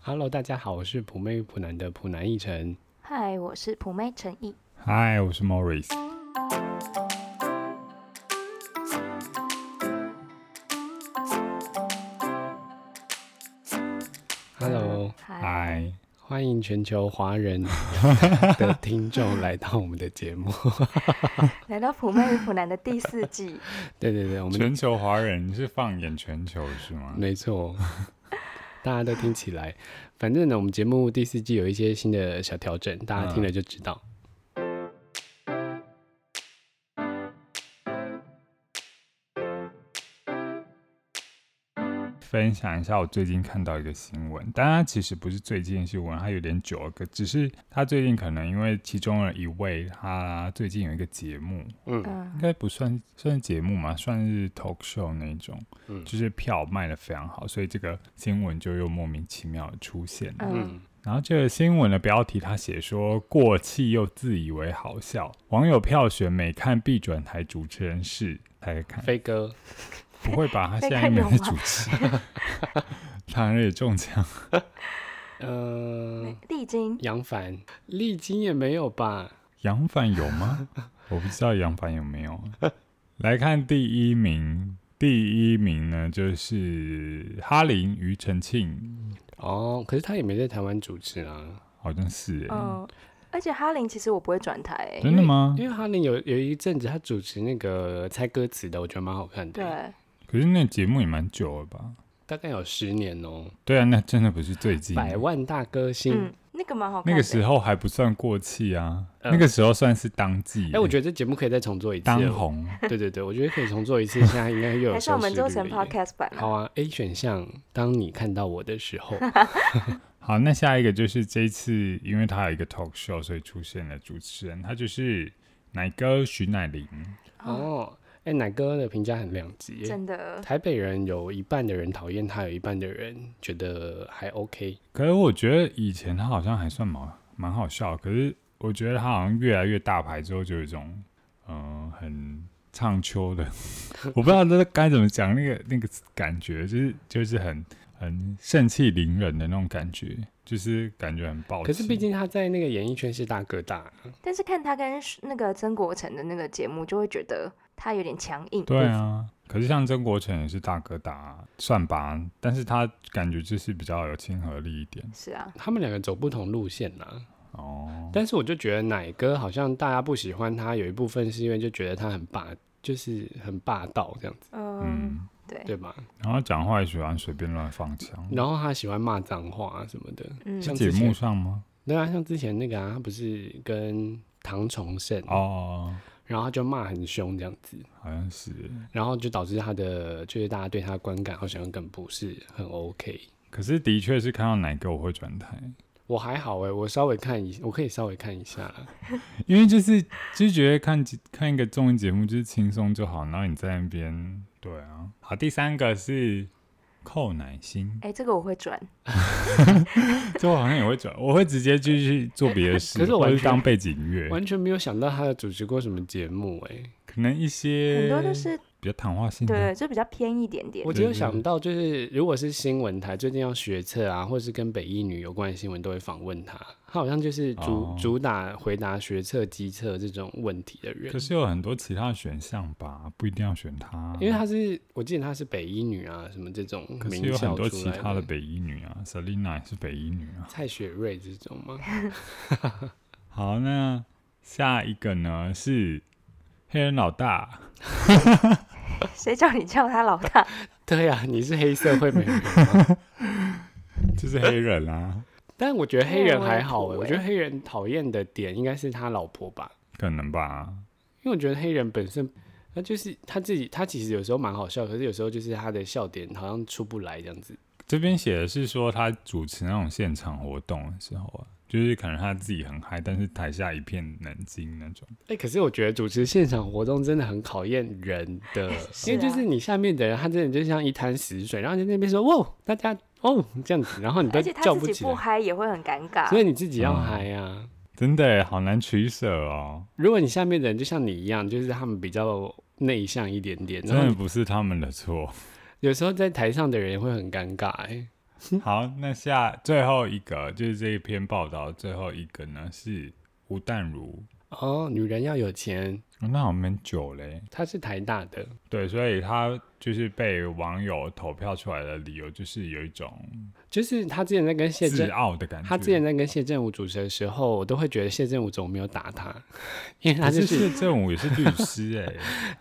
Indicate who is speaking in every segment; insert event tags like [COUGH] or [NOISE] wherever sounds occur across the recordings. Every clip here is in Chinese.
Speaker 1: Hello，大家好，我是普妹普南的普南一晨。
Speaker 2: 嗨，我是普妹陈毅。
Speaker 3: 嗨，我是 Morris。
Speaker 1: Hello，
Speaker 2: 嗨，
Speaker 3: 嗨，
Speaker 1: 欢迎全球华人的听众来到我们的节目。 [LAUGHS]
Speaker 2: 来到普妹与普男的第四季，
Speaker 1: 对对对，我们
Speaker 3: 全球华人你是放眼全球是吗？
Speaker 1: 没错，大家都听起来。反正呢，我们节目第四季有一些新的小调整，大家听了就知道。
Speaker 3: 分享一下我最近看到一个新闻，但它其实不是最近的新闻，它有点久了，可只是它最近可能因为其中的一位，他最近有一个节目，
Speaker 1: 嗯
Speaker 3: 应
Speaker 2: 嗯，
Speaker 3: 该不算算是节目嘛，算是 talk show 那种，
Speaker 1: 嗯
Speaker 3: 就是票卖的非常好，所以这个新闻就又莫名其妙的出现了。
Speaker 2: 嗯，
Speaker 3: 然后这个新闻的标题，他写说过气又自以为好笑，网友票选每看必转台主持人是才看，
Speaker 1: 飞哥，
Speaker 3: 不会吧？
Speaker 1: [LAUGHS]
Speaker 3: 他
Speaker 2: 在
Speaker 3: 现在
Speaker 2: 看
Speaker 3: 没
Speaker 2: 有
Speaker 3: 在
Speaker 2: 吗
Speaker 3: 主持， [LAUGHS] 当然也中奖。
Speaker 1: 呃，
Speaker 2: 嗯丽晶
Speaker 1: 杨凡，丽晶也没有吧？
Speaker 3: 杨凡有吗？ [LAUGHS] 我不知道杨凡有没有。来看第一名，第一名呢就是哈林、庾澄庆，
Speaker 1: 哦，可是他也没在台湾主持啊。
Speaker 3: 好像是哎、
Speaker 2: 嗯，而且哈林其实我不会转台、欸，
Speaker 3: 真的
Speaker 1: 哦
Speaker 3: 吗
Speaker 1: 因？为哈林有有一阵子他主持那个猜歌词的，我觉得蛮好看的，，
Speaker 2: 对，
Speaker 3: 可是那节目也蛮久了吧？
Speaker 1: 大概有十年哦、
Speaker 3: 对啊，那真的不是最近。
Speaker 1: 百万大歌星。
Speaker 2: 嗯，那个蛮好看的。
Speaker 3: 那个时候还不算过气啊，
Speaker 1: 嗯
Speaker 3: 那个时候算是当季。
Speaker 1: 哎、我觉得这节目可以再重做一次。哦
Speaker 3: 当。红，
Speaker 1: 对对对，我觉得可以重做一次， [LAUGHS] 现在应该又有
Speaker 2: 还是我
Speaker 1: 收视
Speaker 2: 们
Speaker 1: 率
Speaker 2: 做成
Speaker 1: 了耶。
Speaker 2: podcast 版
Speaker 1: 好
Speaker 2: 了。
Speaker 1: 啊，A 选项，当你看到我的时
Speaker 2: [LAUGHS]
Speaker 1: 候，
Speaker 3: 好，那下一个就是这一次，因为他有一个 talk show，所以出现了主持人，他就是奶哥徐乃麟。
Speaker 1: 哦，哎、奶哥的评价很两极耶，
Speaker 2: 真的，
Speaker 1: 台北人有一半的人讨厌他，有一半的人觉得还 OK。
Speaker 3: 可是我觉得以前他好像还算蛮蛮好笑，可是我觉得他好像越来越大牌之后，就有一种嗯、呃很唱秋的， [LAUGHS] 我不知道这该怎么讲，那个那个感觉就是就是很很盛气凌人的那种感觉，就是感觉很暴气。
Speaker 1: 可是毕竟他在那个演艺圈是大哥大，
Speaker 2: 但是看他跟那个曾国成的那个节目，就会觉得他有点强硬。
Speaker 3: 对啊，可是像曾国成也是大哥大、算吧，但是他感觉就是比较有亲和力一点
Speaker 2: 是啊，
Speaker 1: 他们两个走不同路线啦。
Speaker 3: 哦。
Speaker 1: 但是我就觉得奶哥好像大家不喜欢他，有一部分是因为就觉得他很霸，就是很霸道这样子，
Speaker 2: 嗯，
Speaker 3: 嗯，
Speaker 2: 对，
Speaker 1: 对吧？
Speaker 3: 然后讲话也喜欢随便乱放枪，
Speaker 1: 然后他喜欢骂脏话啊什么的，
Speaker 2: 嗯，
Speaker 1: 嗯像
Speaker 3: 节
Speaker 1: 之
Speaker 3: 目
Speaker 1: 前
Speaker 3: 上吗？
Speaker 1: 对啊，像之前那个啊，他不是跟唐崇盛，
Speaker 3: 哦，
Speaker 1: 然后他就骂很凶这样子，
Speaker 3: 好像是耶。
Speaker 1: 然后就导致他的就是大家对他的观感好像更不是很 OK。
Speaker 3: 可是的确是看到哪个我会转台，
Speaker 1: 我还好哎、我稍微看一，我可以稍微看一下啦。
Speaker 3: 因为就是就是觉得看看一个综艺节目就是轻松就好，然后你在那边对啊。好，第三个是寇乃馨，
Speaker 2: 哎、这个我会转，
Speaker 3: 这我好像也会转，我会直接继续做别的
Speaker 1: [LAUGHS]
Speaker 3: 事，
Speaker 1: 可是我
Speaker 3: 或
Speaker 1: 完
Speaker 3: 者
Speaker 1: 全
Speaker 3: 是当背景音乐，
Speaker 1: 完全没有想到他有主持过什么节目哎、
Speaker 3: 可能一些
Speaker 2: 很多都是
Speaker 3: 比较谈话性的。
Speaker 2: 对，就比较偏一点点
Speaker 1: 我。只有
Speaker 3: 对对
Speaker 1: 想到，就是如果是新闻台最近要学测啊，或是跟北一女有关的新闻，都会访问他。他好像就是主、
Speaker 3: 哦
Speaker 1: 主打回答学测、机测这种问题的人
Speaker 3: 可，是有很多其他的选项吧，不一定要选它。
Speaker 1: 因为他是我记得他是北一女啊，什么这种
Speaker 3: 可是
Speaker 1: 名
Speaker 3: 有很
Speaker 1: 校
Speaker 3: 多
Speaker 1: 出
Speaker 3: 其
Speaker 1: 来
Speaker 3: 他的北医女啊，Selina 也是北医女啊。
Speaker 1: 蔡雪瑞这种吗？ [LAUGHS]
Speaker 3: 好，那下一个呢是黑人老大，
Speaker 2: 谁叫你叫他老大？
Speaker 1: 对呀、你是黑社会美人吗？
Speaker 3: 就是黑
Speaker 2: [LAUGHS]
Speaker 3: 人啊，
Speaker 1: 但我觉得黑人还好、
Speaker 2: 我
Speaker 1: 欸，
Speaker 2: 也
Speaker 1: 我觉得黑人讨厌的点应该是他老婆吧，
Speaker 3: 可能吧。
Speaker 1: 因为我觉得黑人本身。他就是他自己，他其实有时候蛮好笑，可是有时候就是他的笑点好像出不来这样子。
Speaker 3: 这边写的是说他主持那种现场活动的时候啊，就是可能他自己很嗨，但是台下一片冷静那种。
Speaker 1: 哎、可是我觉得主持现场活动真的很考验人的，
Speaker 2: [LAUGHS] 是
Speaker 1: 因为就
Speaker 2: 啊
Speaker 1: 是你下面的人，他真的就像一滩死水，然后在那边说“哇，大家哦”这样子，然后 [LAUGHS] 你都
Speaker 2: 而且
Speaker 1: 叫
Speaker 2: 他
Speaker 1: 不
Speaker 2: 自己
Speaker 1: 起
Speaker 2: 不
Speaker 1: 来，
Speaker 2: 嗨也会很尴尬。
Speaker 1: 所以你自己要
Speaker 3: 嗯
Speaker 1: 嗨啊。
Speaker 3: 真的耶好难取舍哦，
Speaker 1: 如果你下面的人就像你一样，就是他们比较内向一点点，
Speaker 3: 真
Speaker 1: 然
Speaker 3: 的
Speaker 1: 后
Speaker 3: 不是他们的错。
Speaker 1: 有时候在台上的人也会很尴尬、哎，
Speaker 3: 好，那下最后一个就是这一篇报道最后一个呢是吴淡如，
Speaker 1: 哦，女人要有钱，
Speaker 3: 哦那我们久嘞，
Speaker 1: 她是台大的，
Speaker 3: 对，所以他就是被网友投票出来的理由就是有一种
Speaker 1: 就是她之前在跟谢
Speaker 3: 自
Speaker 1: 震，
Speaker 3: 傲的感觉。
Speaker 1: 她之前在跟谢震武主持的时候，我都会觉得谢震武怎么没有打她， [LAUGHS] 因为她
Speaker 3: 可
Speaker 1: 就是是
Speaker 3: 谢振武也是律师哎、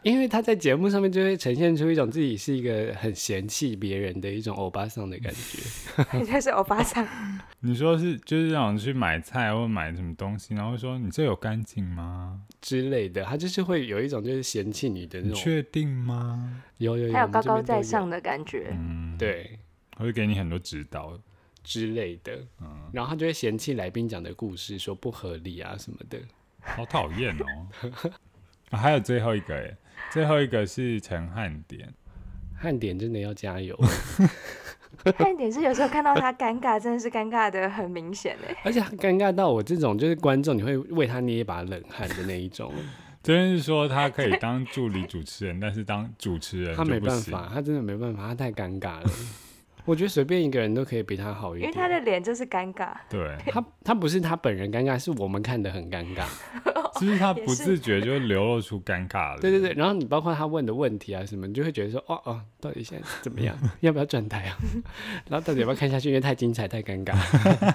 Speaker 1: 因为她在节目上面就会呈现出一种自己是一个很嫌弃别人的一种欧巴桑的感
Speaker 3: [LAUGHS]
Speaker 1: 觉。
Speaker 2: [LAUGHS] 应该是欧巴桑。
Speaker 3: [LAUGHS] 你说是就是那种去买菜或买什么东西，然后说你这有干净吗？
Speaker 1: 之类的，他就是会有一种就是嫌弃你的那
Speaker 3: 你
Speaker 1: 种，
Speaker 3: 确定吗？
Speaker 1: 有有有，
Speaker 2: 还有
Speaker 1: 我们
Speaker 2: 高
Speaker 1: 这边
Speaker 2: 高在
Speaker 1: 都有
Speaker 2: 上的感觉， [LAUGHS]
Speaker 3: 嗯，，
Speaker 1: 对
Speaker 3: 会给你很多指导。
Speaker 1: 之类的，
Speaker 3: 嗯，
Speaker 1: 然后他就会嫌弃来宾讲的故事，说不合理啊什么的。
Speaker 3: 好讨厌哦。啊还有最后一个哎，最后一个是陈汉典，
Speaker 1: 汉典真的要加油， [LAUGHS]
Speaker 2: 还有一点是有时候看到他尴尬，真的是尴尬的很明显哎。
Speaker 1: 而且他尴尬到我这种就是观众，你会为他捏一把冷汗的那一种，
Speaker 3: [LAUGHS] 真是说他可以当助理主
Speaker 1: [LAUGHS]
Speaker 3: 持人，但是当主持人
Speaker 1: 他
Speaker 3: 就
Speaker 1: 没
Speaker 3: 不
Speaker 1: 办
Speaker 3: 行。
Speaker 1: 法，他真的没办法，他太尴尬了。 [LAUGHS] 我觉得随便一个人都可以比他好一
Speaker 2: 因为
Speaker 1: 点。
Speaker 2: 他的脸就是尴尬，
Speaker 3: 对，
Speaker 1: 他他不是他本人尴尬，是我们看的很尴
Speaker 2: [LAUGHS]
Speaker 1: 尬。
Speaker 3: 是不是他
Speaker 2: 也
Speaker 3: 不
Speaker 2: 是
Speaker 3: 自觉就流露出尴尬了？
Speaker 1: 对对对，然后你包括他问的问题啊什么，你就会觉得说，哦哦，到底现在是怎么
Speaker 3: [LAUGHS]
Speaker 1: 样？要不要转台啊？ [LAUGHS] 然后到底要不要看下去？因为太精彩，太尴尬。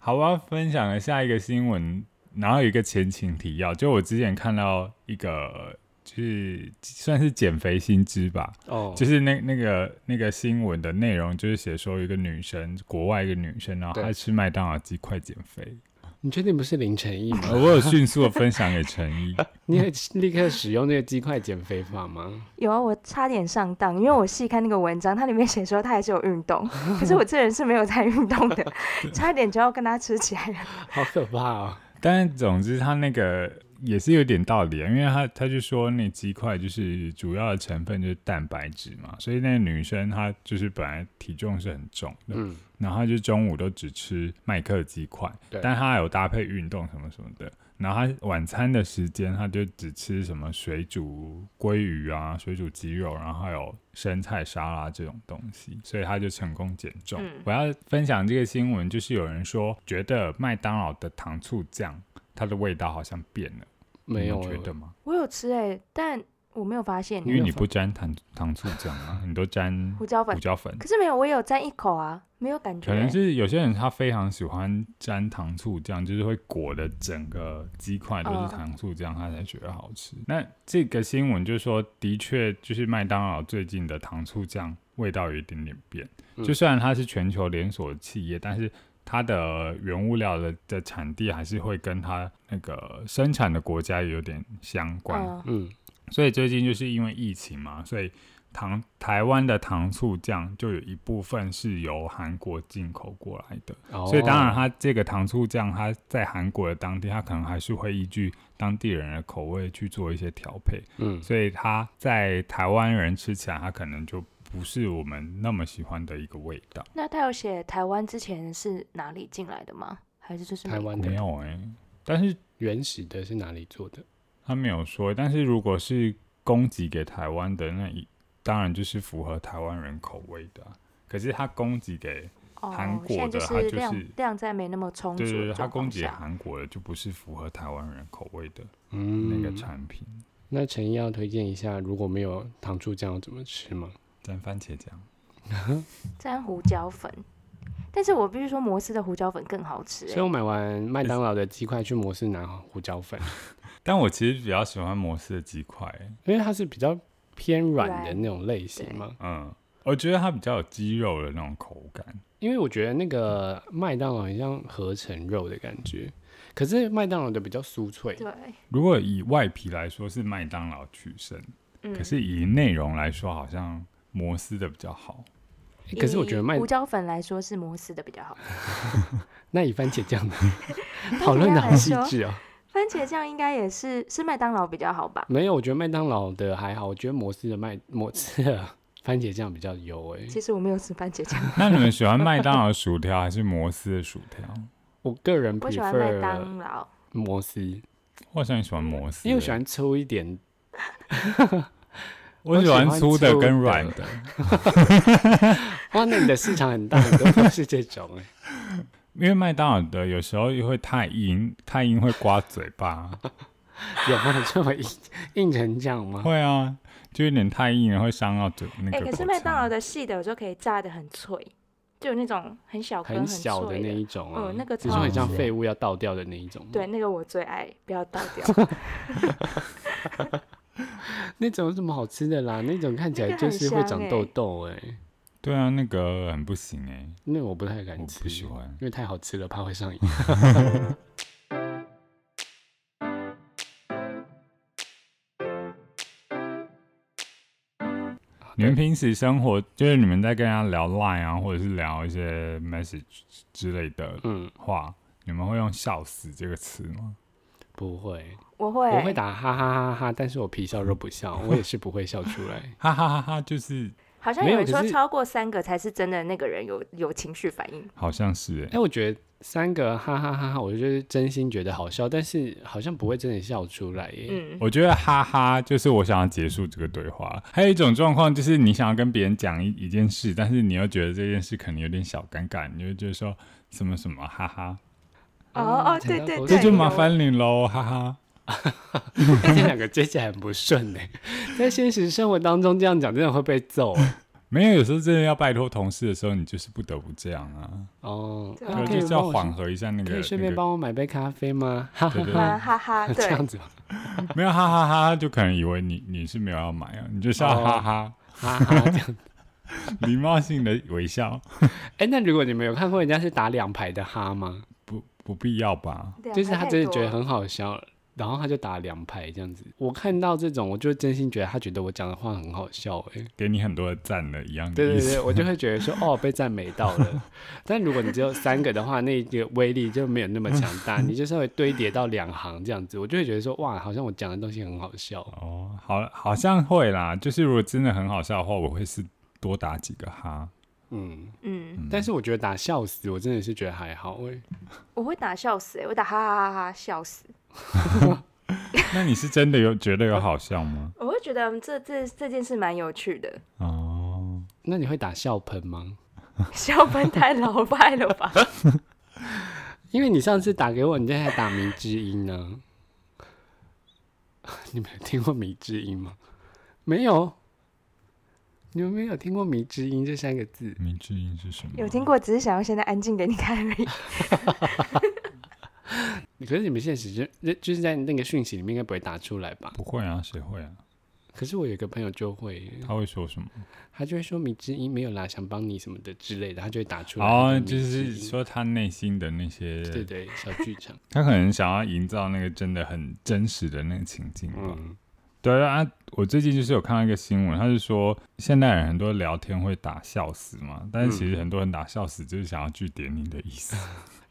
Speaker 3: 好，我要分享的下一个新闻，然后有一个前情提要，就我之前看到一个，就是算是减肥新知吧，
Speaker 1: 哦，
Speaker 3: [LAUGHS] 就是那那个那个新闻的内容，就是写说有一个女生，国外一个女生，然后
Speaker 1: 对
Speaker 3: 她吃麦当劳鸡块减肥，
Speaker 1: 你确定不是凌晨一吗？
Speaker 3: 呃我有迅速的分享给陈毅，
Speaker 1: [LAUGHS] 你会立刻使用那个鸡块减肥法吗？ [LAUGHS]
Speaker 2: 有啊，我差点上当，因为我细看那个文章，它里面写说他还是有运 [LAUGHS] 动，可是我这人是没有在运动 [LAUGHS] 的，差一点就要跟他吃起来了。
Speaker 1: 好可怕哦！
Speaker 3: 但总之她那个也是有点道理啊，因为她她就说那鸡块就是主要的成分就是蛋白质嘛，所以那个女生她就是本来体重是很重的，
Speaker 1: 嗯，
Speaker 3: 然后他就中午都只吃麦克鸡块，
Speaker 1: 对
Speaker 3: 但他还有搭配运动什么什么的。然后他晚餐的时间，他就只吃什么水煮鲑鱼啊、水煮鸡肉，然后还有生菜沙拉这种东西，所以他就成功减重。
Speaker 2: 嗯
Speaker 3: 我要分享这个新闻，就是有人说觉得麦当劳的糖醋酱它的味道好像变了，
Speaker 1: 没有
Speaker 3: 你们
Speaker 1: 欸
Speaker 3: 嗯觉得吗？
Speaker 2: 我有吃哎、但我没有发现欸
Speaker 1: 你
Speaker 3: 因
Speaker 1: 没
Speaker 3: 为
Speaker 1: 有
Speaker 3: 你
Speaker 1: 发
Speaker 3: 不沾糖糖醋酱啊，你都沾
Speaker 2: 胡椒粉
Speaker 3: 胡，椒粉。
Speaker 2: 可是没有，我有蘸一口啊，没有感觉、
Speaker 3: 可能是有些人他非常喜欢沾糖醋酱，就是会裹的整个鸡块都是
Speaker 2: 嗯
Speaker 3: 糖醋酱，他才觉得好吃。那这个新闻就说，的确就是麦当劳最近的糖醋酱味道有一点点变。
Speaker 1: 嗯
Speaker 3: 就虽然它是全球连锁企业，但是它的原物料的的产地还是会跟它那个生产的国家有点相关。
Speaker 2: 嗯，
Speaker 1: 嗯，
Speaker 3: 所以最近就是因为疫情嘛，所以糖台湾的糖醋酱就有一部分是由韩国进口过来的，
Speaker 1: 哦
Speaker 3: 所以当然它这个糖醋酱，它在韩国的当地，它可能还是会依据当地人的口味去做一些调配，
Speaker 1: 嗯，
Speaker 3: 所以它在台湾人吃起来，它可能就不是我们那么喜欢的一个味道。
Speaker 2: 那他有写台湾之前是哪里进来的吗？还是就是美
Speaker 1: 台湾
Speaker 3: 没
Speaker 1: 的
Speaker 3: 有哎、但是
Speaker 1: 原始的是哪里做的？
Speaker 3: 他没有说，但是如果是供给给台湾的，那一当然就是符合台湾人口味的啊、可是他供给给，
Speaker 2: 哦
Speaker 3: 韩国的
Speaker 2: 现在就
Speaker 3: 它就是是
Speaker 2: 量量在没那么充足
Speaker 3: 对
Speaker 2: 的
Speaker 3: 对对，他
Speaker 2: 状
Speaker 3: 供
Speaker 2: 况
Speaker 3: 给给
Speaker 2: 下
Speaker 3: 韩国的就不是符合台湾人口味的那
Speaker 1: 嗯，
Speaker 3: 个产品，
Speaker 1: 那陈毅要推荐一下，如果没有糖醋酱要怎么吃吗？
Speaker 3: 沾番茄酱。
Speaker 2: 沾胡椒粉，但是我必须说摩斯的胡椒粉更好吃、
Speaker 1: 所以
Speaker 2: 欸。
Speaker 1: 我买完麦当劳的鸡块去摩斯拿胡椒粉，
Speaker 3: 但我其实比较喜欢摩斯的鸡块欸，
Speaker 1: 因为它是比较偏软的
Speaker 2: 软
Speaker 1: 那种类型
Speaker 2: 对
Speaker 1: 嘛。
Speaker 3: 嗯，我觉得它比较有鸡肉的那种口感。
Speaker 1: 因为我觉得那个麦当劳很像合成肉的感觉，可是麦当劳的比较酥脆。
Speaker 2: 欸对，
Speaker 3: 如果以外皮来说是麦当劳取胜，
Speaker 2: 嗯。
Speaker 3: 可是以内容来说，好像摩斯的比较好。
Speaker 1: 诶可是我觉得
Speaker 2: 以
Speaker 1: 麦
Speaker 2: 胡椒粉来说是摩斯的比较好。
Speaker 1: 那以番茄酱
Speaker 2: [LAUGHS]
Speaker 1: 呢？ [LAUGHS] 讨论的好细致哦。
Speaker 2: 番茄酱应该也是是麦当劳比较好吧？
Speaker 3: 嗯
Speaker 1: 没有，我觉得麦当劳的还好，我觉得摩斯的麦摩斯的 [LAUGHS] 番茄酱比较油欸诶。
Speaker 2: 其实我没有吃番茄酱，
Speaker 3: 那你们喜欢麦当劳的薯条还是摩斯的薯条？
Speaker 1: 我个人
Speaker 2: 我喜欢麦
Speaker 1: prefer
Speaker 2: 当劳。
Speaker 1: 摩西，
Speaker 3: 我好像很喜欢摩斯，
Speaker 1: 因为我喜，欢粗一点。
Speaker 3: 我喜欢粗的跟软
Speaker 1: 我
Speaker 3: 的。
Speaker 1: 哇，那你的市场很大，很多都是这种哎、
Speaker 3: 因为麦当劳的有时候又会太硬，太硬会刮嘴
Speaker 1: [LAUGHS]
Speaker 3: 巴。
Speaker 1: 有没有这么硬硬成这样
Speaker 2: [LAUGHS]
Speaker 1: 吗？
Speaker 3: 会啊，就有点太硬了，会伤到嘴那
Speaker 2: 哎、
Speaker 3: 个口腔。
Speaker 2: 可是麦当劳的细的，我就可以炸的很脆，就有那种很小根
Speaker 1: 很
Speaker 2: 脆
Speaker 1: 小的那一种啊，
Speaker 2: 嗯那个
Speaker 1: 你说很
Speaker 3: 超
Speaker 1: 像
Speaker 3: 好吃
Speaker 1: 废物要倒掉的那一种，
Speaker 2: 对，，那个我最爱，不要倒
Speaker 1: [LAUGHS]
Speaker 2: 掉，
Speaker 1: 那种有什么好吃的啦？那种看起来
Speaker 2: 那个
Speaker 1: 就
Speaker 2: 很
Speaker 1: 是会
Speaker 2: 香
Speaker 1: 长
Speaker 2: 欸
Speaker 1: 痘痘哎、
Speaker 3: 对啊，那个很不行哎、
Speaker 1: 那我不太
Speaker 3: 我
Speaker 1: 敢吃，
Speaker 3: 不喜欢
Speaker 1: 因。为太好吃了，怕会上
Speaker 3: [LAUGHS]
Speaker 1: 瘾。啊
Speaker 3: 你们平时生活就是你们在跟人家聊 Line 啊，或者是聊一些 message 之类的
Speaker 1: 嗯，
Speaker 3: 话，你们会用“笑死”这个词吗？。
Speaker 1: 不会，
Speaker 2: 我会，
Speaker 1: 我会打哈哈哈哈，但是我皮笑肉不笑，我也是不会笑出来 [LAUGHS]
Speaker 3: 哈哈哈哈，就是
Speaker 2: 好像
Speaker 1: 没
Speaker 2: 有
Speaker 1: 有
Speaker 2: 人
Speaker 1: 可
Speaker 2: 说
Speaker 1: 是
Speaker 2: 超过三个才是真的那个人有有情绪反应，
Speaker 3: 好像是哎、
Speaker 1: 哎、我觉得三个哈哈哈哈，我就是真心觉得好笑，但是好像不会真的笑出来耶。
Speaker 2: 嗯，
Speaker 3: 我觉得哈哈，就是我想要结束这个对话。还有一种状况就是，你想要跟别人讲一一件事，但是你又觉得这件事可能有点小尴尬，你就会觉得说什么什么哈哈，
Speaker 2: 哦哦
Speaker 1: 讲到
Speaker 2: 对对
Speaker 1: 口
Speaker 2: 对
Speaker 3: 这
Speaker 1: 水
Speaker 3: 就麻
Speaker 2: 有
Speaker 3: 烦你喽，哈哈。
Speaker 1: 这两个接起来很不顺呢， [LAUGHS] 在现实生活当中这样讲真的会被揍欸。
Speaker 3: 没有，有时候真的要拜托同事的时候，你就是不得不这样啊，
Speaker 1: 哦，
Speaker 2: 对
Speaker 1: 那
Speaker 2: 啊
Speaker 1: 可
Speaker 3: 对，
Speaker 1: 以
Speaker 3: 就是
Speaker 1: 帮
Speaker 3: 要
Speaker 1: 我
Speaker 3: 缓
Speaker 1: 顺
Speaker 3: 和一下那个。
Speaker 1: 可以顺便
Speaker 3: 那个
Speaker 1: 帮我买杯咖啡吗？哈 [LAUGHS] 哈，
Speaker 3: 对对
Speaker 2: 哇
Speaker 3: 对，
Speaker 2: 哈哈，
Speaker 1: 嗯这
Speaker 2: 对，
Speaker 1: 样子吗？
Speaker 3: 没有哈哈哈，就可能以为你你是没有要买啊，你就是要哈
Speaker 1: 哦
Speaker 3: 哈，
Speaker 1: 哈哈，这样。 [LAUGHS]
Speaker 3: 礼貌性的微笑，
Speaker 1: 哎、那如果你们有看过人家是打两排的哈吗？
Speaker 3: 不不必要吧？
Speaker 2: 两
Speaker 1: 就是
Speaker 2: 排
Speaker 1: 他
Speaker 2: 啊太
Speaker 1: 真的
Speaker 2: 多
Speaker 1: 觉得
Speaker 2: 了
Speaker 1: 很好笑，然后他就打两排这样子。我看到这种，我就真心觉得他觉得我讲的话很好笑、欸，哎，
Speaker 3: 给你很多的赞的一样的
Speaker 1: 对
Speaker 3: 意
Speaker 1: 对 [LAUGHS]
Speaker 3: 思。
Speaker 1: 对，我就会觉得说，哦，被赞美到了。但如果你只有三个的话，那个威力就没有那么强大，你就稍微堆叠到两行这样子，我就会觉得说，哇，好像我讲的东西很好笑。
Speaker 3: 哦，好，好像会啦。就是如果真的很好笑的话，我会是多打几
Speaker 2: [LAUGHS]
Speaker 3: 个哈。
Speaker 1: 嗯，
Speaker 2: 嗯，
Speaker 1: 但是我觉得打笑死，我真的是觉得还好、欸，
Speaker 2: 我会打笑死、欸，我打哈哈哈哈笑死，
Speaker 3: 那你是真的有觉得有好笑吗？
Speaker 2: 我会觉得嗯这这这件事蛮有趣 [LAUGHS] 的，
Speaker 3: 哦，
Speaker 1: 那你会打笑喷吗？
Speaker 2: 笑喷太 [LAUGHS] 老派了吧？
Speaker 1: 因为你上次打给我，你现在还打迷之音呢。 [LAUGHS] 你们有听过迷之音吗？没有，你们没有听过迷之音这三个字。
Speaker 3: 迷之音是什么？
Speaker 2: 有听过，只是想要现在安静给你看而
Speaker 1: [LAUGHS]
Speaker 2: 已。
Speaker 1: 可是你们现实就就是在那个讯息里面应该不会打出来吧？
Speaker 3: 不会啊，谁会啊？
Speaker 1: 可是我有一个朋友就会耶，
Speaker 3: 他会说什么？
Speaker 1: 他就会说迷之音没有啦，想帮你什么的之类的，啊他就会打出来。
Speaker 3: 哦，
Speaker 1: 迷之
Speaker 3: 就
Speaker 1: 音
Speaker 3: 是，说他内心的那些，
Speaker 1: 对对，小剧场。
Speaker 3: 他可能想要营造那个真的很真实的那个情境吧。
Speaker 1: 嗯，
Speaker 3: 对啊，我最近就是有看到一个新闻，他是说现代人很多聊天会打笑死嘛，但
Speaker 1: 嗯
Speaker 3: 是其实很多人打笑死就是想要据点你的意思，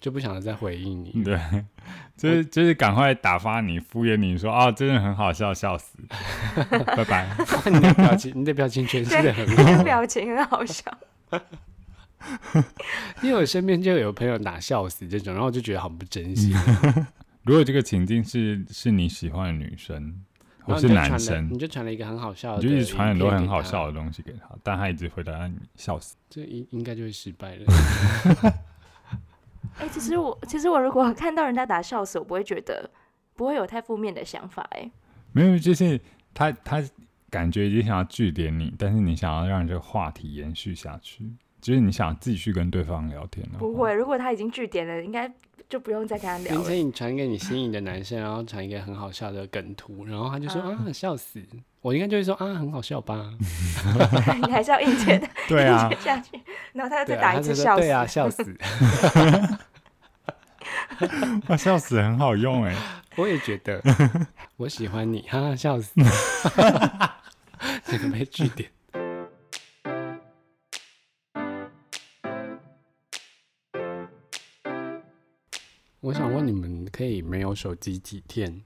Speaker 1: 就不想再回应
Speaker 3: [LAUGHS]
Speaker 1: 你。
Speaker 3: 对，就是就是赶快打发你敷衍你说啊，真的很好笑，笑死，拜拜。
Speaker 1: [LAUGHS] 你的表情，你的表情诠释的
Speaker 2: 对， [LAUGHS]
Speaker 1: 很好。
Speaker 2: 你的表情很好 [LAUGHS] 笑。
Speaker 1: [LAUGHS] 因为我身边就有朋友打笑死这种，然后我就觉得好不珍惜。
Speaker 3: 如果这个情境是是你喜欢的女生
Speaker 1: 然
Speaker 3: 或
Speaker 1: 后哦你就
Speaker 3: 是
Speaker 1: 传
Speaker 3: 男
Speaker 1: 了
Speaker 3: 生
Speaker 1: 你，就传了一个很好笑的
Speaker 3: 你
Speaker 1: 影片给他，
Speaker 3: 就一直传很多很好笑的东西给他，但他一直回答你笑死。
Speaker 1: 这应应该就会失败了。
Speaker 2: 哎、其实我其实我如果看到人家打笑死，我不会觉得不会有太负面的想法、欸。
Speaker 3: 没有，就是他他感觉已经想要据点你，但是你想要让这个话题延续下去，就是你想继续跟对方聊天哦
Speaker 1: 哦
Speaker 2: 不会，。如果他已经据点了，应该就不用再跟他聊
Speaker 1: 凌
Speaker 2: 了。
Speaker 1: 晨你传给你心仪的男生，然后传一个很好笑的梗图，然后他就说啊
Speaker 2: 啊
Speaker 1: 笑死，我应该就会说啊很好笑吧，
Speaker 2: [LAUGHS] 你还是要硬接的，
Speaker 3: 对啊
Speaker 2: [LAUGHS]
Speaker 1: [LAUGHS]
Speaker 2: 硬，接下去，然后他
Speaker 1: 对啊
Speaker 2: 再打一
Speaker 1: 他
Speaker 2: 次
Speaker 1: 就说
Speaker 2: 笑死。
Speaker 1: 对啊笑死，
Speaker 3: 哇笑死很好用哎、
Speaker 1: 我也觉 [LAUGHS] 得我喜欢你，哈哈笑 [LAUGHS] 死，这个被据点。我想问你们，可以没有手机几天？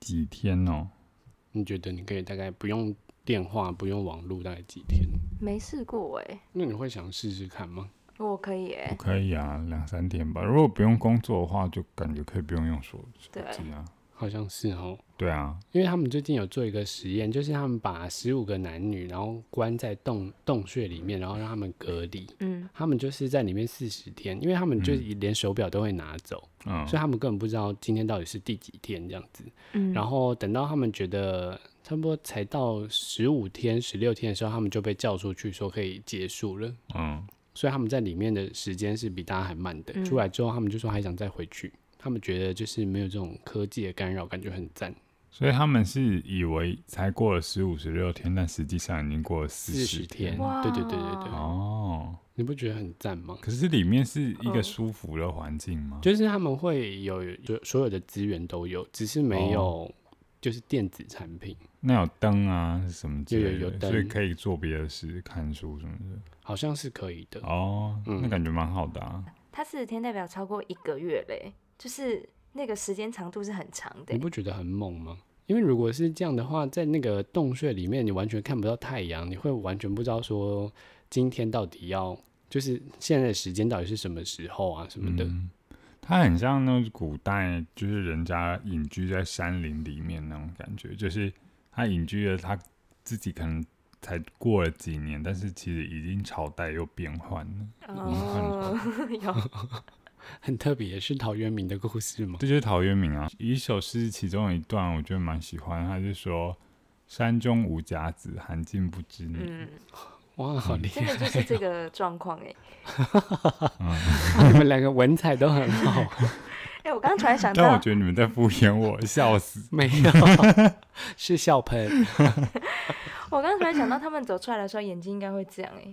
Speaker 3: 几天哦，
Speaker 1: 你觉得你可以大概不用电话、不用网络大概几天？
Speaker 2: 没试过哎、
Speaker 1: 那你会想试试看吗？
Speaker 2: 我可以哎、
Speaker 3: 我可以啊，两三天吧。如果不用工作的话，就感觉可以不用用手手机啊。
Speaker 1: 好像是哦。
Speaker 3: 对啊，
Speaker 1: 因为他们最近有做一个实验，就是他们把十五个男女，然后关在洞洞穴里面，然后让他们隔离。
Speaker 2: 嗯，
Speaker 1: 他们就是在里面四十天，因为他们就是连手表都会拿走，
Speaker 3: 嗯
Speaker 1: 所以他们根本不知道今天到底是第几天这样子。
Speaker 2: 嗯
Speaker 1: 然后等到他们觉得差不多才到十五天、十六天的时候，他们就被叫出去说可以结束了。
Speaker 3: 嗯，
Speaker 1: 所以他们在里面的时间是比大家还慢的。
Speaker 2: 嗯
Speaker 1: 出来之后，他们就说还想再回去，他们觉得就是没有这种科技的干扰，感觉很赞。
Speaker 3: 所以他们是以为才过了十五、十六天，但实际上已经过了四
Speaker 1: 四十
Speaker 3: 十
Speaker 1: 天，
Speaker 2: 哇
Speaker 1: 对对对对对，
Speaker 3: 哦。
Speaker 1: 你不觉得很赞吗？
Speaker 3: 可是里面是一个
Speaker 2: 嗯
Speaker 3: 舒服的环境吗？
Speaker 1: 就是他们会有就所有的资源都有，只是没有就是电子产品，
Speaker 3: 那有灯啊什么之
Speaker 1: 有有
Speaker 3: 类的，
Speaker 1: 有灯
Speaker 3: 所以可以做别的事，看书什么的。
Speaker 1: 好像是可以的。
Speaker 3: 哦，
Speaker 1: 嗯
Speaker 3: 那感觉蛮好的啊。
Speaker 2: 他四十天代表超过一个月嘞，就是那个时间长度是很长的
Speaker 1: 你
Speaker 2: 欸。
Speaker 1: 不觉得很猛吗？因为如果是这样的话，在那个洞穴里面，你完全看不到太阳，你会完全不知道说今天到底要就是现在的时间到底是什么时候啊什么的。
Speaker 3: 嗯，它很像那种古代，就是人家隐居在山林里面那种感觉，就是他隐居了，他自己可能才过了几年，但是其实已经朝代又变换了。
Speaker 1: 嗯 [LAUGHS]
Speaker 2: 哦，有
Speaker 1: 很特别，是陶渊明的故事吗？
Speaker 3: 这就是陶渊明啊，一首诗其中一段我觉得蛮喜欢，他就说：“山中无甲子，寒尽不知你。
Speaker 2: 嗯，
Speaker 1: 哇，好厉
Speaker 2: 真的
Speaker 1: 害！
Speaker 2: 就是这个状况
Speaker 1: [LAUGHS]
Speaker 2: 哎。
Speaker 1: 你们两个文采都很 [LAUGHS] 好，
Speaker 2: 哎，我刚刚突然想
Speaker 3: 但我
Speaker 2: 到，
Speaker 3: 觉得你们在敷衍我，笑 [LAUGHS] 死！
Speaker 1: 没有是笑喷，
Speaker 2: 我刚刚突然想到，他们走出来的时候眼睛应该会这样哎，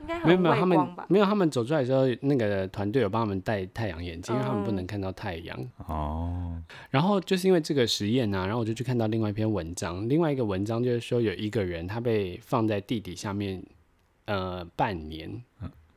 Speaker 2: 应该
Speaker 1: 没有
Speaker 2: 很
Speaker 1: 没有，他
Speaker 2: 畏
Speaker 1: 们
Speaker 2: 光吧？
Speaker 1: 没有他们走出来之后，那个团队有帮他们戴太阳眼镜，因为他们不
Speaker 2: 嗯
Speaker 1: 能看到太阳。
Speaker 3: 哦，
Speaker 1: 然后就是因为这个实验啊，然后我就去看到另外一篇文章，另外一个文章就是说有一个人他被放在地底下面，呃，半年，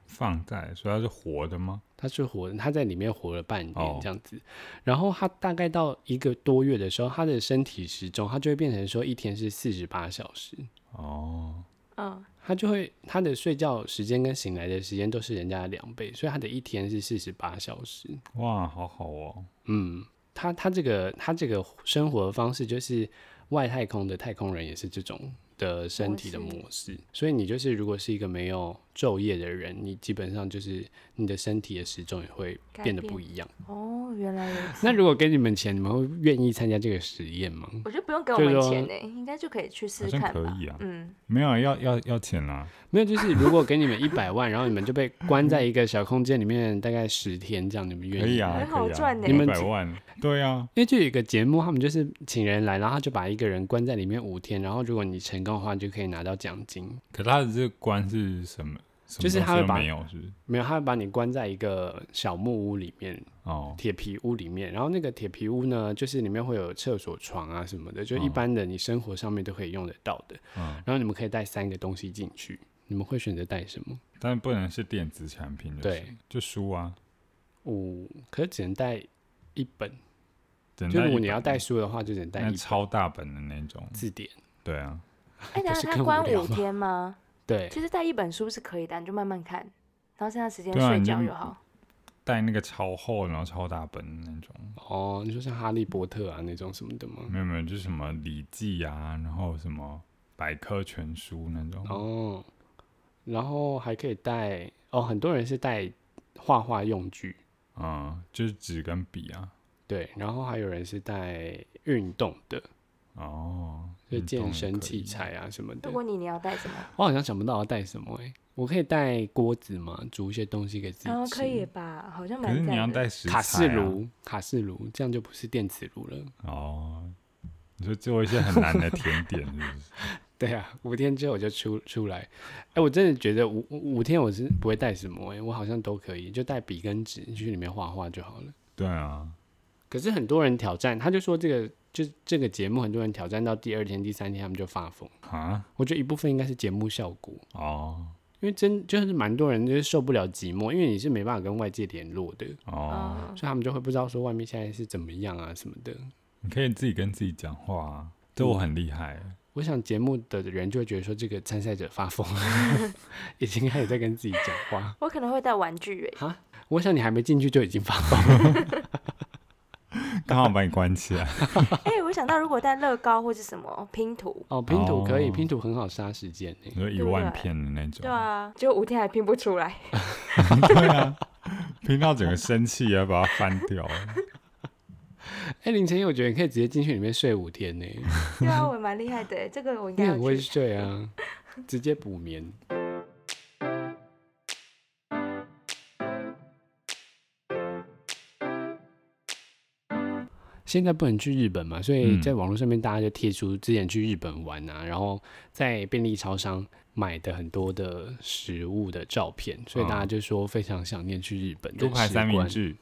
Speaker 3: 放在，所以它是活的吗？
Speaker 1: 他是活，他在里面活了半年
Speaker 3: 哦
Speaker 1: 这样子。然后他大概到一个多月的时候，他的身体时钟他就会变成说一天是四十八小时，
Speaker 3: 哦，
Speaker 2: 嗯，
Speaker 1: 他就会他的睡觉时间跟醒来的时间都是人家的两倍，所以他的一天是四十八小时。
Speaker 3: 哇，好好哦，
Speaker 1: 嗯，他他这个他这个生活方式就是外太空的太空人也是这种的身体的模式，所以你就是如果是一个没有昼夜的人，你基本上就是你的身体的时钟也会
Speaker 2: 改
Speaker 1: 变得
Speaker 2: 变
Speaker 1: 不一样。
Speaker 2: 哦，原来如此。
Speaker 1: 那如果给你们钱，你们会愿意参加这个实验吗？
Speaker 2: 我觉得不用给我
Speaker 1: 就
Speaker 2: 们
Speaker 1: 说
Speaker 2: 钱哎，应该就可以去试
Speaker 3: 好
Speaker 2: 试
Speaker 3: 像
Speaker 2: 看
Speaker 3: 可
Speaker 2: 吧。
Speaker 3: 以啊。
Speaker 2: 嗯，
Speaker 3: 没有，要要要钱啊啦。
Speaker 1: 没有，就是如果给
Speaker 3: [LAUGHS]
Speaker 1: 你们一百万，然后你们就被关在一个小空间里面大概十天，这样你们愿意？
Speaker 3: 可以啊，
Speaker 2: 很好
Speaker 3: 可以啊
Speaker 2: 赚呢欸
Speaker 1: 你们
Speaker 3: 百万，对啊，
Speaker 1: 因为就有一个节目，他们就是请人来，然后他就把一个人关在里面五天，然后如果你成功的话，你就可以拿到奖金。
Speaker 3: 可他的这个官是什么？什么
Speaker 1: 就是
Speaker 3: 东西
Speaker 1: 他会
Speaker 3: 都
Speaker 1: 把
Speaker 3: 没有，是不是？
Speaker 1: 没有，他会把你关在一个小木屋里面，
Speaker 3: 哦，
Speaker 1: 铁皮屋里面。然后那个铁皮屋呢，就是里面会有厕所、床啊什么的，就一
Speaker 3: 哦
Speaker 1: 般的你生活上面都可以用得到的。
Speaker 3: 嗯，
Speaker 1: 然后你们可以带三个东西进去，你们会选择带什么？
Speaker 3: [LAUGHS] 但不能是电子产品，就是
Speaker 1: 对，
Speaker 3: 就书啊，
Speaker 1: 五，可是只能带一本。
Speaker 3: 就
Speaker 1: 就如果你要带书的话，就只能带
Speaker 3: 那
Speaker 1: 一本
Speaker 3: 超大本的那种，
Speaker 1: 字典。
Speaker 3: 对啊，
Speaker 2: 哎，等
Speaker 1: 不
Speaker 2: 下
Speaker 1: 是
Speaker 2: 他
Speaker 1: 更无
Speaker 2: 关
Speaker 1: 聊
Speaker 2: 五
Speaker 1: 吗
Speaker 2: 天吗？
Speaker 1: 对，
Speaker 2: 其实带一本书是可以的，你就慢慢看，然后剩下时间
Speaker 3: 对啊
Speaker 2: 睡
Speaker 3: 你就
Speaker 2: 觉就好。
Speaker 3: 带那个超厚然后超大本的那种，
Speaker 1: 哦，你说像哈利波特啊那种什么的吗？
Speaker 3: 没有没有，就是什么《礼记》啊，然后什么百科全书那种，
Speaker 1: 哦，然后还可以带哦，很多人是带画画用具，
Speaker 3: 嗯，就是纸跟笔啊，
Speaker 1: 对，然后还有人是带运动的，
Speaker 3: 哦，
Speaker 1: 就
Speaker 3: 运动
Speaker 1: 健
Speaker 3: 也可
Speaker 1: 身
Speaker 3: 以
Speaker 1: 器，材啊什么的
Speaker 2: 如。果你你要带什么？
Speaker 1: 我好像想不到要带什么哎、我可以带锅子嘛，煮一些东西给自己吃。
Speaker 2: 然后哦可以吧，好像
Speaker 3: 可是
Speaker 2: 蛮
Speaker 3: 你要
Speaker 2: 赞的。
Speaker 3: 带食材、
Speaker 1: 卡
Speaker 3: 啊，
Speaker 1: 式炉，卡式炉，这样就不是电磁炉了。
Speaker 3: 哦，你说做一些很难的甜
Speaker 2: [LAUGHS]
Speaker 3: 点，是不是？
Speaker 1: [LAUGHS] 对啊，五天之后我就出出来。哎、我真的觉得五五五天我是不会带什么哎、我好像都可以，就带笔跟纸去里面画画就好了。
Speaker 3: 对啊，
Speaker 1: 可是很多人挑战，他就说这个就这个节目，很多人挑战到第二天、第三天，他们就发疯。
Speaker 3: 啊，
Speaker 1: 我觉得一部分应该是节目效果，
Speaker 3: 哦
Speaker 1: 因为真就是蛮多人就是受不了寂寞，因为你是没办法跟外界联络的，
Speaker 3: 哦，
Speaker 2: 嗯
Speaker 1: 所以他们就会不知道说外面现在是怎么样啊什么的。
Speaker 3: 你可以自己跟自己讲话、啊，这我很厉害，
Speaker 1: 我想节目的人就会觉得说这个参赛者发疯， [LAUGHS] 已经开始在跟自己讲话。
Speaker 2: 我可能会带玩具诶，
Speaker 1: 我想你还没进去就已经发疯，
Speaker 3: 刚好把你关
Speaker 2: [LAUGHS]
Speaker 3: 起来。
Speaker 2: 哎、我想到如果带乐高或是什么拼图，
Speaker 1: 哦，拼图可以，
Speaker 3: 哦
Speaker 1: 拼图很好杀时间诶
Speaker 3: 你。说一万片的那种，
Speaker 2: 对啊，就五天还拼不出来，
Speaker 3: [LAUGHS] 对啊，拼到整个生气也要把它翻
Speaker 2: [LAUGHS]
Speaker 3: 掉。
Speaker 1: [LAUGHS] 哎、林晨，我觉得你可以直接进去里面睡五天呢，
Speaker 2: 对啊，我蛮厉害的耶，这个我应
Speaker 1: 你
Speaker 2: 该要
Speaker 1: 很会
Speaker 2: 去。
Speaker 1: 睡 [LAUGHS] 啊，直接补眠。现在不能去日本嘛，所以
Speaker 3: 嗯
Speaker 1: 在网络上面大家就贴出之前去日本玩啊，然后在便利超商买的很多的食物的照片，所以大家就说非常想念去日本的
Speaker 3: 猪排
Speaker 1: 时
Speaker 3: 三明
Speaker 1: 光
Speaker 3: 治，？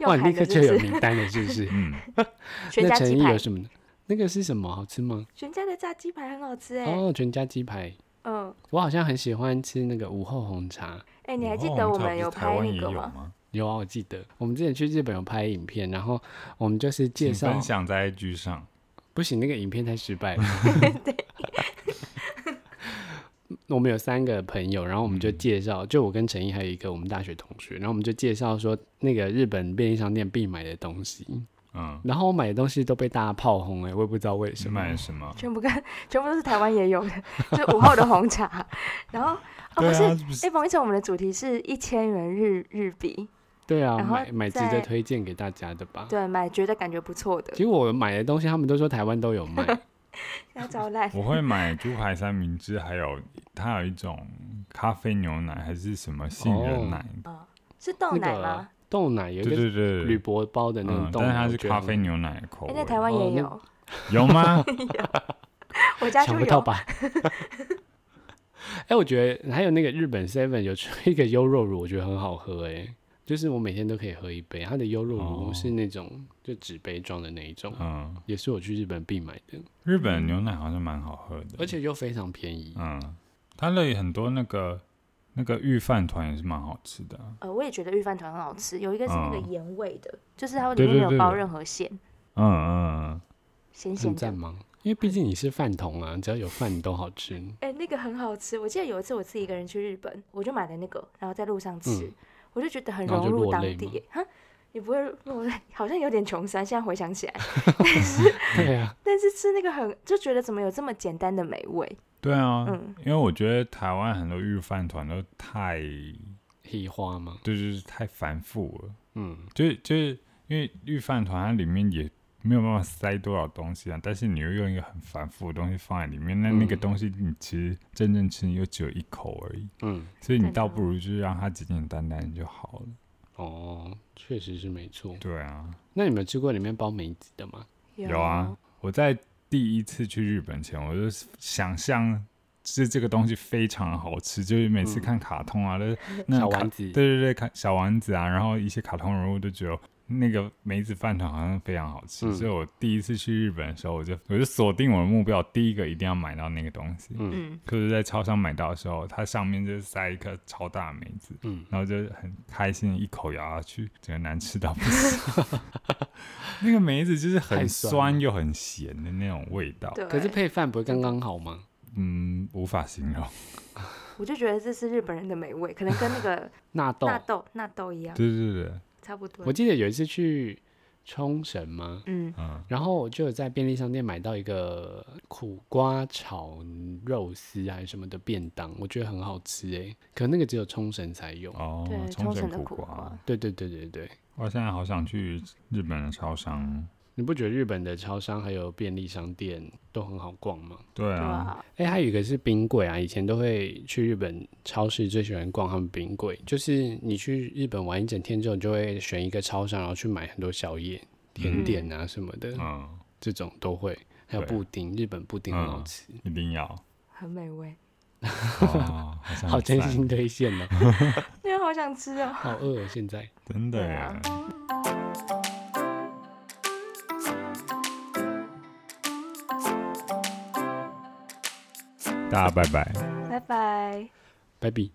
Speaker 2: 用
Speaker 1: 哇，你
Speaker 2: 喊
Speaker 1: 立刻
Speaker 2: 的
Speaker 1: 就是有
Speaker 2: 不是？
Speaker 1: 名单了，是不是
Speaker 3: 嗯，
Speaker 2: [LAUGHS] 全
Speaker 1: 那
Speaker 2: 家
Speaker 1: 诚
Speaker 2: 鸡
Speaker 1: 意有
Speaker 2: 排，
Speaker 1: 什么呢？那个是什么？好吃吗？
Speaker 2: 全家的炸鸡排很好吃哎、
Speaker 1: 哦，全家鸡排。
Speaker 2: 嗯，
Speaker 1: 我好像很喜欢吃那个午后红茶。
Speaker 2: 哎、你还记
Speaker 3: 哦
Speaker 2: 得我们有
Speaker 3: 台
Speaker 2: 拍
Speaker 3: 湾也
Speaker 2: 那个
Speaker 3: 有
Speaker 2: 吗？
Speaker 3: 吗？
Speaker 1: 有啊，我记得我们之前去日本有拍影片，然后我们就是介
Speaker 3: 请
Speaker 1: 绍
Speaker 3: 分，享在 IG 上。
Speaker 1: 不行，那个影片太失败了。
Speaker 2: [LAUGHS]
Speaker 1: [LAUGHS] 我们有三个朋友，然后我们就
Speaker 3: 嗯
Speaker 1: 介绍，就我跟陈毅还有一个我们大学同学，然后我们就介绍说那个日本便利商店必买的东西，
Speaker 3: 嗯，
Speaker 1: 然后我买的东西都被大家炮轰哎、我也不知道为
Speaker 3: 是
Speaker 1: 什么
Speaker 3: 买。了什么？
Speaker 2: 全部跟 [LAUGHS] 全部都是台湾也有的，就是午后的红茶。 [LAUGHS] 然后哦，不
Speaker 3: 对
Speaker 2: 是，
Speaker 3: 啊
Speaker 2: 哎、，
Speaker 3: 不是
Speaker 2: 不好意思，我们的主题是一千元日日币，
Speaker 1: 对啊，
Speaker 2: 然后
Speaker 1: 买买值
Speaker 2: 在
Speaker 1: 得推荐给大家的吧。
Speaker 2: 对，买觉得感觉不错的
Speaker 1: 其，实我买的东西他们都说台湾都有卖，
Speaker 2: 要招烂。
Speaker 3: 我会买猪排三明治，还有它有一种咖啡牛奶还是什么杏仁奶，
Speaker 2: 是豆
Speaker 1: 那
Speaker 2: 奶
Speaker 1: 个哦
Speaker 2: 吗？
Speaker 1: 豆奶有一个
Speaker 3: 对对对
Speaker 1: 铝
Speaker 3: 对，
Speaker 1: 箔包的那种
Speaker 3: 嗯，
Speaker 1: 豆
Speaker 3: 但
Speaker 1: 奶，
Speaker 3: 是它是
Speaker 1: 我觉得
Speaker 3: 咖
Speaker 1: 很
Speaker 3: 啡牛奶的口
Speaker 2: 哎、
Speaker 3: 味
Speaker 2: 在，台湾
Speaker 1: 哦
Speaker 2: 也
Speaker 1: 那
Speaker 2: 有，
Speaker 3: 有
Speaker 1: [LAUGHS]
Speaker 3: 吗？
Speaker 2: 我家就
Speaker 1: 抢不到
Speaker 2: 有。
Speaker 1: 吧？ [LAUGHS] 哎、我觉得还有那个日本 Seven 有出一个优肉乳，我觉得很好喝哎、就是我每天都可以喝一杯。它的优肉乳
Speaker 3: 哦
Speaker 1: 是那种、就纸杯装的那一种，
Speaker 3: 嗯，
Speaker 1: 也是我去日本必买的，
Speaker 3: 日本的牛奶好像蛮好喝的，
Speaker 1: 而且又非常便宜。
Speaker 3: 嗯，它那里很多那个那个御饭团也是蛮好吃的啊、
Speaker 2: 呃，我也觉得御饭团很好吃，有一个是那个
Speaker 3: 嗯
Speaker 2: 盐味的，就是它里
Speaker 3: 对
Speaker 2: 面没
Speaker 3: 对
Speaker 2: 有
Speaker 3: 对
Speaker 2: 包
Speaker 3: 对
Speaker 2: 任何馅，
Speaker 3: 嗯嗯
Speaker 2: 咸咸
Speaker 1: 很
Speaker 2: 的
Speaker 1: 赞。吗？因为毕竟你是饭桶啊，只要有饭你都好吃。
Speaker 3: 嗯 [LAUGHS]
Speaker 2: 哎、那个很好吃。我记得有一次我自己一个人去日本，我就买了那个，然后在路上吃，
Speaker 1: 嗯
Speaker 2: 我就觉得很
Speaker 1: 然后
Speaker 2: 融
Speaker 1: 就
Speaker 2: 入
Speaker 1: 落
Speaker 2: 当
Speaker 1: 泪
Speaker 2: 地
Speaker 1: 吗
Speaker 2: 耶。哈，你不会落泪，好像有点穷酸。现在回想起来， [LAUGHS]
Speaker 1: 对啊， [LAUGHS]
Speaker 2: 但是吃那个很就觉得怎么有这么简单的美味？
Speaker 3: 嗯，对啊，
Speaker 2: 嗯
Speaker 3: 因为我觉得台湾很多御饭团都太
Speaker 1: 黑花吗？
Speaker 3: 就是太繁复了，
Speaker 1: 嗯，
Speaker 3: 就是就是因为御饭团它里面也没有办法塞多少东西啊，但是你又用一个很繁复的东西放在里面，那
Speaker 1: 嗯
Speaker 3: 那个东西你其实真正吃你又只有一口而已，
Speaker 1: 嗯，
Speaker 3: 所以你
Speaker 2: 真的
Speaker 3: 倒不如就是让它简简单单就好了。
Speaker 1: 哦，确实是没错。
Speaker 3: 对啊，
Speaker 1: 那你们有吃过里面包梅子的吗？
Speaker 3: 有啊，，我在第一次去日本前，我就想象是这个东西非常好吃，就是每
Speaker 1: 嗯
Speaker 3: 次看卡通啊， [LAUGHS] 那那
Speaker 1: 小
Speaker 3: 卡
Speaker 1: 丸子
Speaker 3: 对对对，看小丸子啊，然后一些卡通人物都觉得。那个梅子饭团好像非常好吃，
Speaker 1: 嗯
Speaker 3: 所以我第一次去日本的时候，我就我就锁定我的目标，第一个一定要买到那个东西。
Speaker 1: 嗯
Speaker 2: 嗯，
Speaker 3: 就是在超商买到的时候，它上面就塞一颗超大的梅子，
Speaker 1: 嗯，
Speaker 3: 然后就很开心地一口咬下去，整个难吃到不行。 [LAUGHS] 那个梅子就是
Speaker 1: 太
Speaker 3: 很
Speaker 1: 酸
Speaker 3: 酸又很咸的那种味道，
Speaker 2: 对。
Speaker 1: 可是配饭不会刚刚好吗？
Speaker 3: 嗯，无法形容。
Speaker 2: 我就觉得这是日本人的美味，可能跟那个
Speaker 1: 纳 [LAUGHS] 豆
Speaker 2: 纳豆纳豆一样，
Speaker 3: 对对对，
Speaker 2: 差不多
Speaker 1: 我。啊记得有一次去冲绳嘛，
Speaker 2: 嗯，
Speaker 3: 嗯，
Speaker 1: 然后我就有在便利商店买到一个苦瓜炒肉丝还是什么的便当，我觉得很好吃哎，可那个只有冲绳才有。
Speaker 3: 哦
Speaker 2: 对，，
Speaker 3: 冲
Speaker 2: 绳
Speaker 3: 绳
Speaker 2: 的苦
Speaker 3: 瓜，，
Speaker 1: 对对对对对，
Speaker 3: 我现在好想去日本的超商。
Speaker 1: 你不觉得日本的超商还有便利商店都很好逛吗？
Speaker 3: 对
Speaker 2: 对
Speaker 3: 啊，
Speaker 2: 啊，
Speaker 1: 哎、还有一个是冰柜啊，以前都会去日本超市，最喜欢逛他们冰柜。就是你去日本玩一整天之后，你就会选一个超商，然后去买很多宵夜、甜点啊什么的，
Speaker 3: 嗯，
Speaker 1: 这种都会。还有
Speaker 3: 对
Speaker 1: 布丁，日本布丁很好
Speaker 3: 嗯
Speaker 1: 吃，
Speaker 3: 一
Speaker 1: [LAUGHS]
Speaker 3: 定要。
Speaker 2: 很美味。
Speaker 3: 哦，好像
Speaker 1: 好
Speaker 3: 很
Speaker 1: 真
Speaker 3: 赞
Speaker 1: 心推荐哦，
Speaker 2: 对啊，好想吃哦。
Speaker 1: 好饿哦，现在。
Speaker 3: 真的
Speaker 2: 对啊
Speaker 3: 耶。大家拜拜。
Speaker 2: 拜拜。
Speaker 1: 拜比。